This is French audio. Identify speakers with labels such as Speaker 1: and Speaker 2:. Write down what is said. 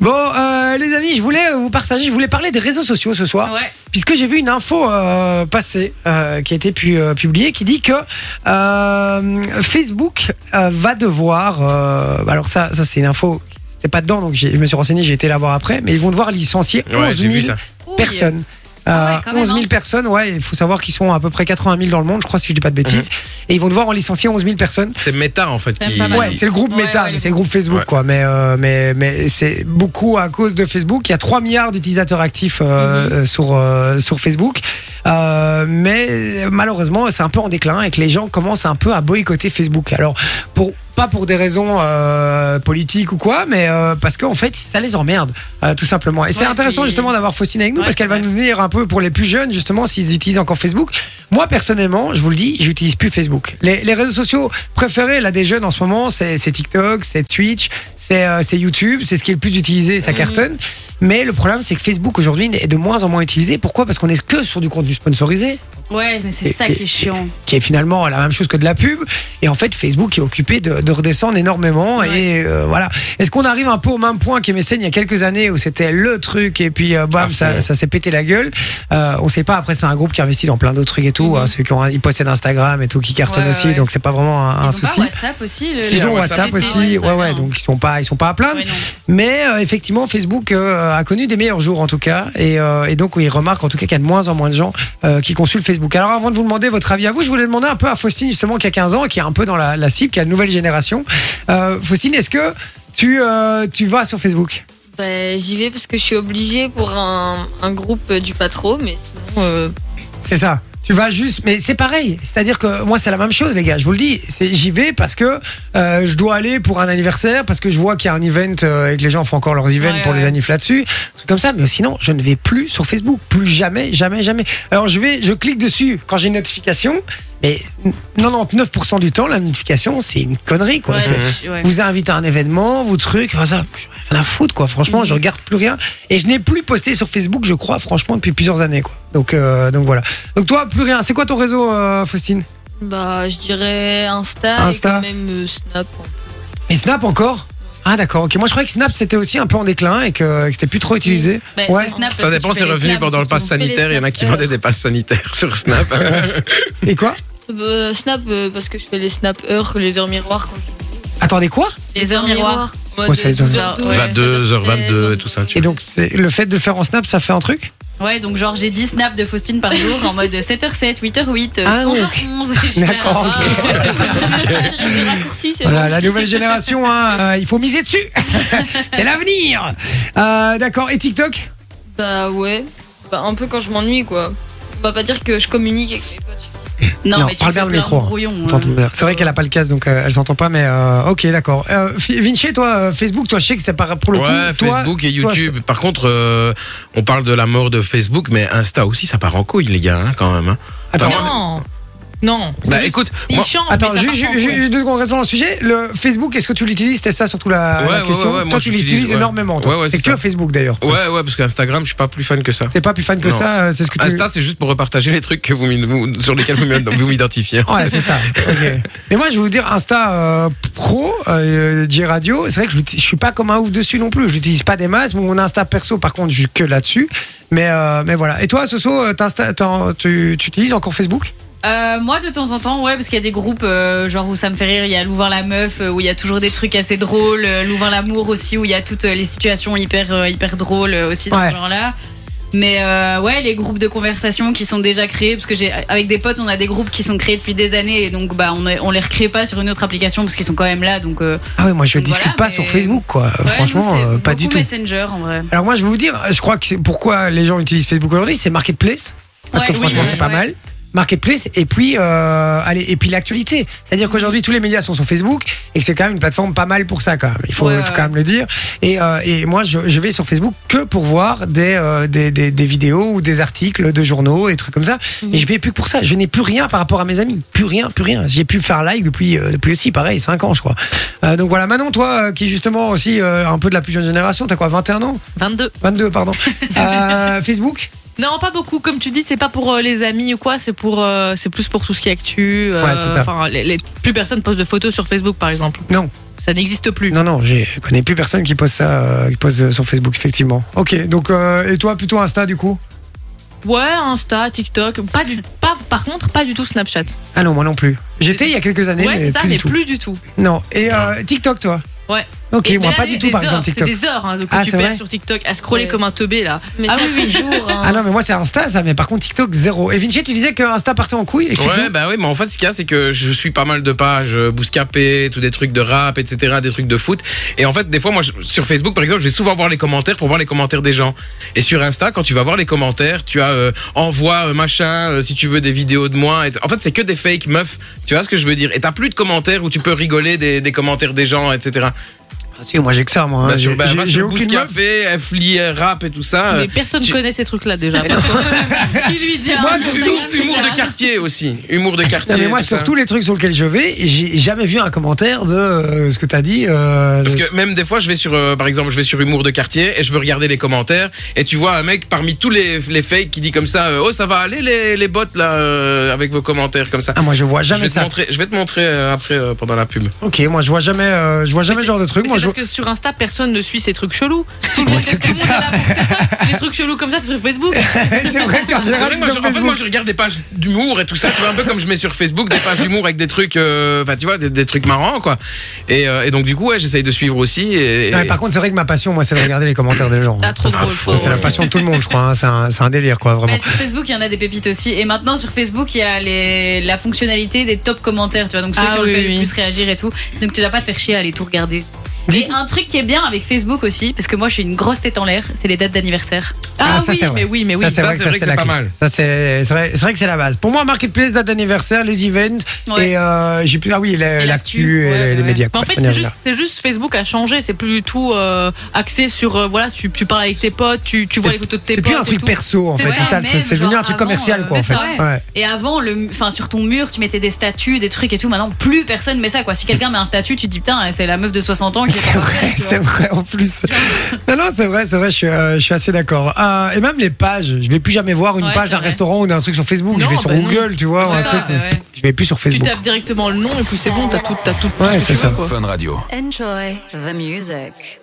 Speaker 1: Bon, euh, les amis, je voulais vous partager, je voulais parler des réseaux sociaux ce soir,
Speaker 2: Ouais.
Speaker 1: puisque j'ai vu une info euh, passer euh, qui a été pu- euh, publiée, qui dit que euh, Facebook euh, va devoir, euh, alors ça, ça c'est une info, qui n'était pas dedans, donc j'ai- je me suis renseigné, j'ai été la voir après, mais ils vont devoir licencier
Speaker 3: Ouais,
Speaker 1: 11
Speaker 3: j'ai
Speaker 1: 000
Speaker 3: vu ça.
Speaker 2: Ouille.
Speaker 1: personnes.
Speaker 2: Ah ouais, quand même,
Speaker 1: 11 000
Speaker 2: hein.
Speaker 1: personnes, ouais, il faut savoir qu'ils sont à peu près 80 000 dans le monde, je crois, si je dis pas de bêtises.
Speaker 3: Mhm.
Speaker 1: Et ils vont devoir en licencier 11 000 personnes.
Speaker 3: C'est Meta en fait
Speaker 2: C'est
Speaker 3: qui.
Speaker 2: pas mal.
Speaker 1: Ouais, c'est le groupe
Speaker 2: Ouais,
Speaker 1: Meta,
Speaker 2: ouais,
Speaker 1: mais
Speaker 2: le
Speaker 1: c'est le groupe Facebook,
Speaker 3: Ouais.
Speaker 1: quoi. Mais, euh, mais, mais c'est beaucoup à cause de Facebook. Il y a 3 milliards d'utilisateurs actifs euh,
Speaker 2: Mhm.
Speaker 1: euh, sur, euh, sur Facebook. Euh, mais euh, malheureusement, c'est un peu en déclin et que les gens commencent un peu à boycotter Facebook. Alors, pour, pas pour des raisons euh, politiques ou quoi, mais euh, parce qu'en fait, ça les emmerde, euh, tout simplement. Et c'est
Speaker 2: Ouais,
Speaker 1: intéressant
Speaker 2: puis-
Speaker 1: justement d'avoir Faustine avec nous
Speaker 2: Ouais,
Speaker 1: parce qu'elle
Speaker 2: c'est
Speaker 1: va
Speaker 2: vrai.
Speaker 1: nous dire un peu pour les plus jeunes, justement, s'ils utilisent encore Facebook. Moi, personnellement, je vous le dis, j'utilise plus Facebook. Les, les réseaux sociaux préférés, là, des jeunes en ce moment, c'est c'est TikTok, c'est Twitch, c'est euh, c'est YouTube, c'est ce qui est le plus utilisé, ça cartonne. Mais le problème, c'est que Facebook aujourd'hui est de moins en moins utilisé. Pourquoi Parce qu'on est que sur du contenu sponsorisé,
Speaker 2: Ouais, mais c'est ça qui est chiant.
Speaker 1: qui est finalement la même chose que de la pub. Et en fait, Facebook est occupé de, de redescendre énormément.
Speaker 2: Ouais.
Speaker 1: Et euh, voilà. Est-ce qu'on arrive un peu au même point qu'MSN il y a quelques années où c'était le truc et puis euh, bam,
Speaker 3: À
Speaker 1: ça,
Speaker 3: fond.
Speaker 1: ça s'est pété la gueule Euh, On sait pas. Après, c'est un groupe qui investit dans plein d'autres trucs et tout.
Speaker 2: Mhm.
Speaker 1: hein. Ceux qui ont, ils possèdent Instagram et tout qui cartonnent
Speaker 2: Ouais, ouais,
Speaker 1: aussi.
Speaker 2: ouais.
Speaker 1: Donc c'est pas vraiment un, un
Speaker 2: Ils ont
Speaker 1: souci.
Speaker 2: pas WhatsApp aussi. le-
Speaker 3: Si,
Speaker 1: Ils
Speaker 2: le-
Speaker 1: ont WhatsApp
Speaker 2: Ouais, c'est
Speaker 1: aussi,
Speaker 2: vrai,
Speaker 1: ouais
Speaker 2: ça
Speaker 1: ouais,
Speaker 2: vient.
Speaker 1: donc ils sont pas, ils sont pas à plaindre.
Speaker 2: Ouais, non.
Speaker 1: Mais euh, effectivement, Facebook euh, a connu des meilleurs jours en tout cas, et, euh, et donc il remarque en tout cas qu'il y a de moins en moins de gens euh, qui consultent Facebook. Alors avant de vous demander votre avis à vous, je voulais demander un peu à Faustine justement qui a 15 ans, qui est un peu dans la, la cible, qui a la nouvelle génération. Euh, Faustine, est-ce que tu, euh, tu vas sur Facebook
Speaker 4: Bah, j'y vais parce que je suis obligée pour un, un groupe euh, du patro, mais sinon. euh,
Speaker 1: C'est ça. Tu vas juste, mais c'est pareil. C'est-à-dire que moi, c'est la même chose, les gars. Je vous le dis, C'est- j'y vais parce que euh, je dois aller pour un anniversaire, parce que je vois qu'il y a un event euh, et que les gens font encore leurs events
Speaker 2: Ouais,
Speaker 1: pour
Speaker 2: ouais.
Speaker 1: les anniversaires là-dessus, trucs comme ça. Mais sinon, je ne vais plus sur Facebook, plus jamais, jamais, jamais. Alors je vais, je clique dessus quand j'ai une notification, mais 99% du temps, la notification, c'est une connerie, quoi.
Speaker 2: Ouais,
Speaker 1: C'est-
Speaker 2: je- ouais.
Speaker 1: vous invite à un événement, vous truc, enfin, ça, j'en ai rien à foutre quoi. Franchement, je regarde plus rien et je n'ai plus posté sur Facebook, je crois, franchement, depuis plusieurs années quoi. Donc, euh, donc voilà. Donc toi, plus rien. C'est quoi ton réseau, euh, Faustine
Speaker 4: bah, je dirais Insta,
Speaker 1: Insta.
Speaker 4: et quand même euh, Snap. en fait.
Speaker 1: Et Snap encore Ah d'accord. Ok. Moi, je croyais que Snap c'était aussi un peu en déclin et que, que c'était plus trop utilisé.
Speaker 2: Bah,
Speaker 1: Ouais.
Speaker 2: c'est Snap, parce
Speaker 3: Ça
Speaker 2: que
Speaker 3: dépend,
Speaker 2: tu fais
Speaker 3: c'est
Speaker 2: les
Speaker 3: revenu
Speaker 2: flammes,
Speaker 3: pendant le pass
Speaker 2: surtout.
Speaker 3: sanitaire. Il y en a qui
Speaker 4: Euh.
Speaker 3: vendaient des passes sanitaires sur Snap.
Speaker 1: Et quoi
Speaker 4: Euh, snap, euh, parce que je fais les Snap heures, les heures miroirs. Quand je...
Speaker 1: Attendez quoi
Speaker 2: Les heures miroirs.
Speaker 4: Moi,
Speaker 1: quoi ça, les heures
Speaker 4: genre,
Speaker 2: miroirs
Speaker 4: ouais,
Speaker 3: 22, h 22 et tout ça. Tu
Speaker 1: Et donc c'est- le fait de le faire en Snap, ça fait un truc
Speaker 2: Ouais, donc genre j'ai 10 snaps de Faustine par jour en mode 7h7, 8h8.
Speaker 1: Ah, ouais.
Speaker 2: 11h11.
Speaker 1: D'accord. ok.
Speaker 4: Je vais sortir
Speaker 2: Ah,
Speaker 4: des raccourcis, c'est
Speaker 1: Voilà, la nouvelle génération, hein, euh, il faut miser dessus. c'est l'avenir. Euh, d'accord. Et TikTok
Speaker 4: bon. Bah, ouais. Bah, un peu quand je m'ennuie, quoi. On va pas dire que je communique avec mes potes.
Speaker 2: Non,
Speaker 1: Non,
Speaker 2: mais tu
Speaker 1: parle
Speaker 2: fais
Speaker 1: bien le
Speaker 2: plein de
Speaker 1: micro, hein.
Speaker 2: brouillons, hein.
Speaker 1: T'entends bien. C'est vrai qu'elle a pas le casque, donc euh, elle s'entend pas, mais euh, ok, d'accord. Euh, Fi- Vinci, toi, euh, Facebook, toi, je sais que c'est pas pour le
Speaker 3: ouais,
Speaker 1: coup. toi-
Speaker 3: Facebook et
Speaker 1: toi,
Speaker 3: YouTube. Par contre, euh, on parle de la mort de Facebook, mais Insta aussi, ça part en couille, les gars, hein, quand même. hein.
Speaker 1: Attends,
Speaker 3: Enfin, moi-
Speaker 4: Non. Non.
Speaker 3: bah écoute,
Speaker 4: Il
Speaker 3: moi-
Speaker 4: change.
Speaker 1: Attends,
Speaker 4: mais ça
Speaker 1: ju-
Speaker 4: part
Speaker 1: ju-
Speaker 4: en
Speaker 1: ju-
Speaker 4: couille.
Speaker 1: ju- deux secondes, restons dans le sujet. Le Facebook, est-ce que tu l'utilises C'était ça surtout la,
Speaker 3: Ouais,
Speaker 1: la
Speaker 3: ouais,
Speaker 1: question.
Speaker 3: ouais, ouais,
Speaker 1: toi,
Speaker 3: moi,
Speaker 1: tu
Speaker 3: j'utilise,
Speaker 1: l'utilises
Speaker 3: ouais.
Speaker 1: énormément. toi.
Speaker 3: Ouais, ouais,
Speaker 1: c'est
Speaker 3: c'est
Speaker 1: que
Speaker 3: ça.
Speaker 1: Facebook d'ailleurs.
Speaker 3: ouais, ouais, parce qu'Instagram, je suis pas plus fan que ça.
Speaker 1: T'es pas plus fan que
Speaker 3: Non.
Speaker 1: ça, euh, c'est ce que tu.
Speaker 3: Insta, c'est juste pour partager les trucs que vous, m'id- sur lesquels vous m'id- vous m'identifiez.
Speaker 1: Ouais, c'est ça. ok. Mais moi, je vais vous dire, Insta euh, Pro, euh, J-Radio, c'est vrai que je, l'uti- je suis pas comme un ouf dessus non plus. Je l'utilise pas des masses. Mon Insta perso, par contre, je suis que là-dessus. Mais, euh, mais voilà. Et toi, Soso, euh, t'insta- t'en- tu tu utilises encore Facebook
Speaker 2: Euh, moi, de temps en temps, ouais, parce qu'il y a des groupes euh, genre où ça me fait rire. Il y a Louvain la meuf euh, où il y a toujours des trucs assez drôles. euh, Louvain l'amour aussi où il y a toutes euh, les situations hyper euh, hyper drôles euh, aussi dans
Speaker 1: Ouais.
Speaker 2: ce genre-là. Mais euh, ouais, les groupes de conversation qui sont déjà créés parce que j'ai avec des potes, on a des groupes qui sont créés depuis des années et donc bah on, est- on les recrée pas sur une autre application parce qu'ils sont quand même là. Donc euh,
Speaker 1: Ah oui, moi je
Speaker 2: Donc
Speaker 1: discute
Speaker 2: voilà,
Speaker 1: pas
Speaker 2: mais-
Speaker 1: sur Facebook, quoi.
Speaker 2: ouais,
Speaker 1: Franchement,
Speaker 2: nous, c'est
Speaker 1: euh, pas du tout.
Speaker 2: beaucoup Messenger en vrai.
Speaker 1: Alors moi, je vais vous dire, je crois que c'est pourquoi les gens utilisent Facebook aujourd'hui, c'est marketplace, parce que
Speaker 2: Ouais, oui,
Speaker 1: franchement,
Speaker 2: ouais,
Speaker 1: c'est pas
Speaker 2: ouais.
Speaker 1: mal. Marketplace et puis euh, allez et puis l'actualité. C'est-à-dire qu'aujourd'hui tous les médias sont sur Facebook et que c'est quand même une plateforme pas mal pour ça quand même. Il faut,
Speaker 2: Ouais,
Speaker 1: il faut
Speaker 2: ouais.
Speaker 1: quand même le dire. Et, euh, et moi je, je vais sur Facebook que pour voir des, euh, des, des des vidéos ou des articles de journaux et trucs comme ça.
Speaker 2: Mhm.
Speaker 1: Mais je vais plus que pour ça. Je n'ai plus rien par rapport à mes amis. Plus rien, plus rien. J'ai pu faire live depuis euh, depuis aussi pareil 5 ans je crois. Euh, donc voilà. Manon toi euh, qui est justement aussi euh, un peu de la plus jeune génération. T'as quoi 21 ans
Speaker 5: 22.
Speaker 1: 22, pardon. Euh, Facebook
Speaker 5: Non, pas beaucoup. Comme tu dis, c'est pas pour euh, les amis ou quoi. C'est pour, euh, c'est plus pour tout ce qui est actu. euh,
Speaker 1: Ouais, c'est ça.
Speaker 5: Enfin, les, les- plus personne poste de photos sur Facebook, par exemple.
Speaker 1: Non.
Speaker 5: ça n'existe plus.
Speaker 1: Non, non, j'ai- je connais plus personne qui pose ça, euh, qui pose euh, sur Facebook, effectivement. Ok, donc, euh, et toi, plutôt Insta, du coup
Speaker 5: Ouais, Insta, TikTok, pas du, pas, par contre, pas du tout Snapchat.
Speaker 1: Ah non, moi non plus. J'étais il y a quelques années,
Speaker 5: ouais,
Speaker 1: mais
Speaker 5: c'est ça,
Speaker 1: plus
Speaker 5: mais
Speaker 1: du tout.
Speaker 5: plus du tout.
Speaker 1: Non, et
Speaker 3: Ah.
Speaker 1: euh, TikTok, toi
Speaker 5: Ouais.
Speaker 1: Ok,
Speaker 5: Et
Speaker 1: moi
Speaker 5: des-
Speaker 1: pas du
Speaker 5: des
Speaker 1: tout, par
Speaker 5: heures,
Speaker 1: exemple, TikTok.
Speaker 5: C'est des heures hein, que
Speaker 1: Ah,
Speaker 5: tu
Speaker 1: c'est
Speaker 5: perds
Speaker 1: vrai
Speaker 5: sur TikTok à scroller
Speaker 4: Ouais.
Speaker 5: comme un teubé là.
Speaker 4: Mais
Speaker 5: Ah
Speaker 4: ça
Speaker 5: oui, oui.
Speaker 4: toujours. hein.
Speaker 1: Ah non, mais moi c'est Insta, ça, mais par contre TikTok, zéro. Et Vinci, tu disais que Insta partait en couille explique-nous.
Speaker 3: Ouais, bah oui, mais en fait, ce qu'il y a, c'est que je suis pas mal de pages, euh, Bouscapé, tout des trucs de rap, etc., des trucs de foot. Et en fait, des fois, moi, je- sur Facebook, par exemple, je vais souvent voir les commentaires pour voir les commentaires des gens. Et sur Insta, quand tu vas voir les commentaires, tu as euh, envoie euh, machin, euh, si tu veux des vidéos de moi. Et t- en fait, c'est que des fake meufs. Tu vois ce que je veux dire Et t'as plus de commentaires où tu peux rigoler des, des commentaires des gens, etc.
Speaker 1: Ah, si, moi j'ai que ça, moi. hein.
Speaker 3: Bah, sur-
Speaker 1: J'ai-
Speaker 3: bah, va
Speaker 1: j'ai j'ai
Speaker 3: sur
Speaker 1: aucune meuf.
Speaker 3: Bouscapé, Fli, rap et tout ça.
Speaker 5: mais personne
Speaker 3: tu-
Speaker 5: connaît ces trucs-là déjà.
Speaker 2: Qui lui dit
Speaker 1: Moi,
Speaker 2: un
Speaker 1: c'est
Speaker 2: Instagram,
Speaker 3: Ah, Humour,
Speaker 2: c'est
Speaker 3: humour
Speaker 2: ça.
Speaker 3: de quartier aussi. Humour de quartier.
Speaker 1: Non, mais moi,
Speaker 3: tout ça.
Speaker 1: sur tous les trucs sur lesquels je vais, j'ai jamais vu un commentaire de euh, ce que t'as dit. euh,
Speaker 3: Parce
Speaker 1: de-
Speaker 3: que même des fois, je vais sur, euh, par exemple, je vais sur Humour de quartier et je veux regarder les commentaires et tu vois un mec parmi tous les, les fakes qui dit comme ça, euh, oh ça va aller les, les bots là euh, avec vos commentaires comme ça.
Speaker 1: Ah, moi je vois jamais
Speaker 3: je vais te
Speaker 1: ça.
Speaker 3: montrer, je vais te montrer euh, après euh, pendant la pub.
Speaker 1: Ok, moi je vois jamais, euh, je vois jamais
Speaker 5: Mais
Speaker 1: ce genre de truc.
Speaker 5: Mais
Speaker 1: Moi,
Speaker 5: c'est
Speaker 1: je
Speaker 5: parce que sur Insta, personne ne suit ces trucs chelous. Tout le monde, tout le monde est là pour ses potes. Les trucs chelous comme ça, c'est sur Facebook.
Speaker 1: vois- c'est vrai qu'en
Speaker 3: C'est
Speaker 1: général,
Speaker 3: vrai que moi,
Speaker 1: sur
Speaker 3: je- en fait,
Speaker 1: Facebook-
Speaker 3: moi je regarde des pages d'humour et tout ça, tu vois, un peu comme je mets sur Facebook des pages d'humour avec des trucs, euh, enfin tu vois, des, des trucs marrants quoi. Et, euh, et donc du coup, ouais, j'essaye de suivre aussi. Et,
Speaker 1: Ouais, par contre, c'est vrai que ma passion, moi, c'est de regarder les commentaires des gens.
Speaker 5: Ah, trop
Speaker 1: Ça,
Speaker 5: drôle,
Speaker 1: C'est la
Speaker 5: trop
Speaker 1: passion de tout le monde, je crois. hein. C'est un, c'est un délire, quoi, vraiment.
Speaker 2: Mais Ah, sur Facebook, il y en a des pépites aussi. Et maintenant, sur Facebook, il y a les... la fonctionnalité des top commentaires, tu vois. Donc, ceux
Speaker 5: Ah
Speaker 2: qui ont
Speaker 5: oui,
Speaker 2: fait
Speaker 5: oui.
Speaker 2: le plus réagir et tout. Donc, tu n'as pas te faire chier à aller tout regarder.
Speaker 1: Dis-
Speaker 2: Et un truc qui est bien avec Facebook aussi, parce que moi, je suis une grosse tête en l'air, c'est les dates d'anniversaire.
Speaker 1: Ah,
Speaker 5: Ah,
Speaker 1: ça,
Speaker 5: oui,
Speaker 1: c'est vrai.
Speaker 5: mais oui, mais oui.
Speaker 1: ça, c'est
Speaker 3: ça,
Speaker 1: vrai que ça, c'est la
Speaker 3: pas
Speaker 1: clé.
Speaker 3: mal.
Speaker 1: Ça, c'est c'est vrai, c'est vrai que c'est la base. Pour moi, Marketplace, date d'anniversaire, les events,
Speaker 2: Ouais.
Speaker 1: et euh, j'ai plus. Ah oui, la-
Speaker 2: Et
Speaker 1: l'actu
Speaker 2: l'actu,
Speaker 1: et
Speaker 2: ouais,
Speaker 1: les- les
Speaker 2: ouais.
Speaker 1: médias.
Speaker 5: Mais
Speaker 1: quoi,
Speaker 5: en fait,
Speaker 1: de manière
Speaker 5: c'est juste, c'est juste Facebook a changé. C'est plus du tout euh, axé sur euh, voilà, tu, tu parles avec tes potes, tu, tu vois les photos de
Speaker 1: générale.
Speaker 5: tes
Speaker 1: C'est
Speaker 5: potes.
Speaker 1: plus un
Speaker 5: et
Speaker 1: truc
Speaker 5: tout.
Speaker 1: perso, en
Speaker 2: C'est
Speaker 1: fait.
Speaker 2: vrai,
Speaker 1: C'est ça le truc.
Speaker 2: même,
Speaker 1: C'est devenu un
Speaker 2: genre,
Speaker 1: truc
Speaker 2: avant,
Speaker 1: commercial, quoi, en
Speaker 2: euh,
Speaker 1: fait.
Speaker 2: c'est ça,
Speaker 1: Ouais.
Speaker 2: Et avant, le, enfin, sur ton mur, tu mettais des statues, des trucs et tout. Maintenant, plus personne met ça, quoi. Si quelqu'un met un statut, tu te dis, putain, c'est la meuf de 60 ans qui est
Speaker 1: C'est
Speaker 2: en
Speaker 1: vrai,
Speaker 2: retraite, tu vois.
Speaker 1: c'est vrai en plus. Non, non, c'est vrai, c'est vrai, je suis, euh, je suis assez d'accord. Euh, et même les pages, je vais plus jamais voir une
Speaker 2: Ouais,
Speaker 1: page
Speaker 2: c'est
Speaker 1: d'un
Speaker 2: vrai.
Speaker 1: restaurant ou d'un truc sur Facebook. je
Speaker 5: Non,
Speaker 1: vais sur
Speaker 5: bah non.
Speaker 1: Google, tu vois, ou
Speaker 5: C'est
Speaker 1: un
Speaker 5: ça,
Speaker 1: truc.
Speaker 2: ouais, ouais.
Speaker 1: Je vais plus sur
Speaker 5: Tu
Speaker 1: Facebook.
Speaker 5: tapes directement le nom et puis c'est bon, t'as tout, t'as tout.
Speaker 1: Ouais,
Speaker 5: tout ce
Speaker 1: c'est
Speaker 5: que tu
Speaker 1: ça.
Speaker 5: veux, quoi.
Speaker 6: Fun Radio.
Speaker 7: Enjoy the music.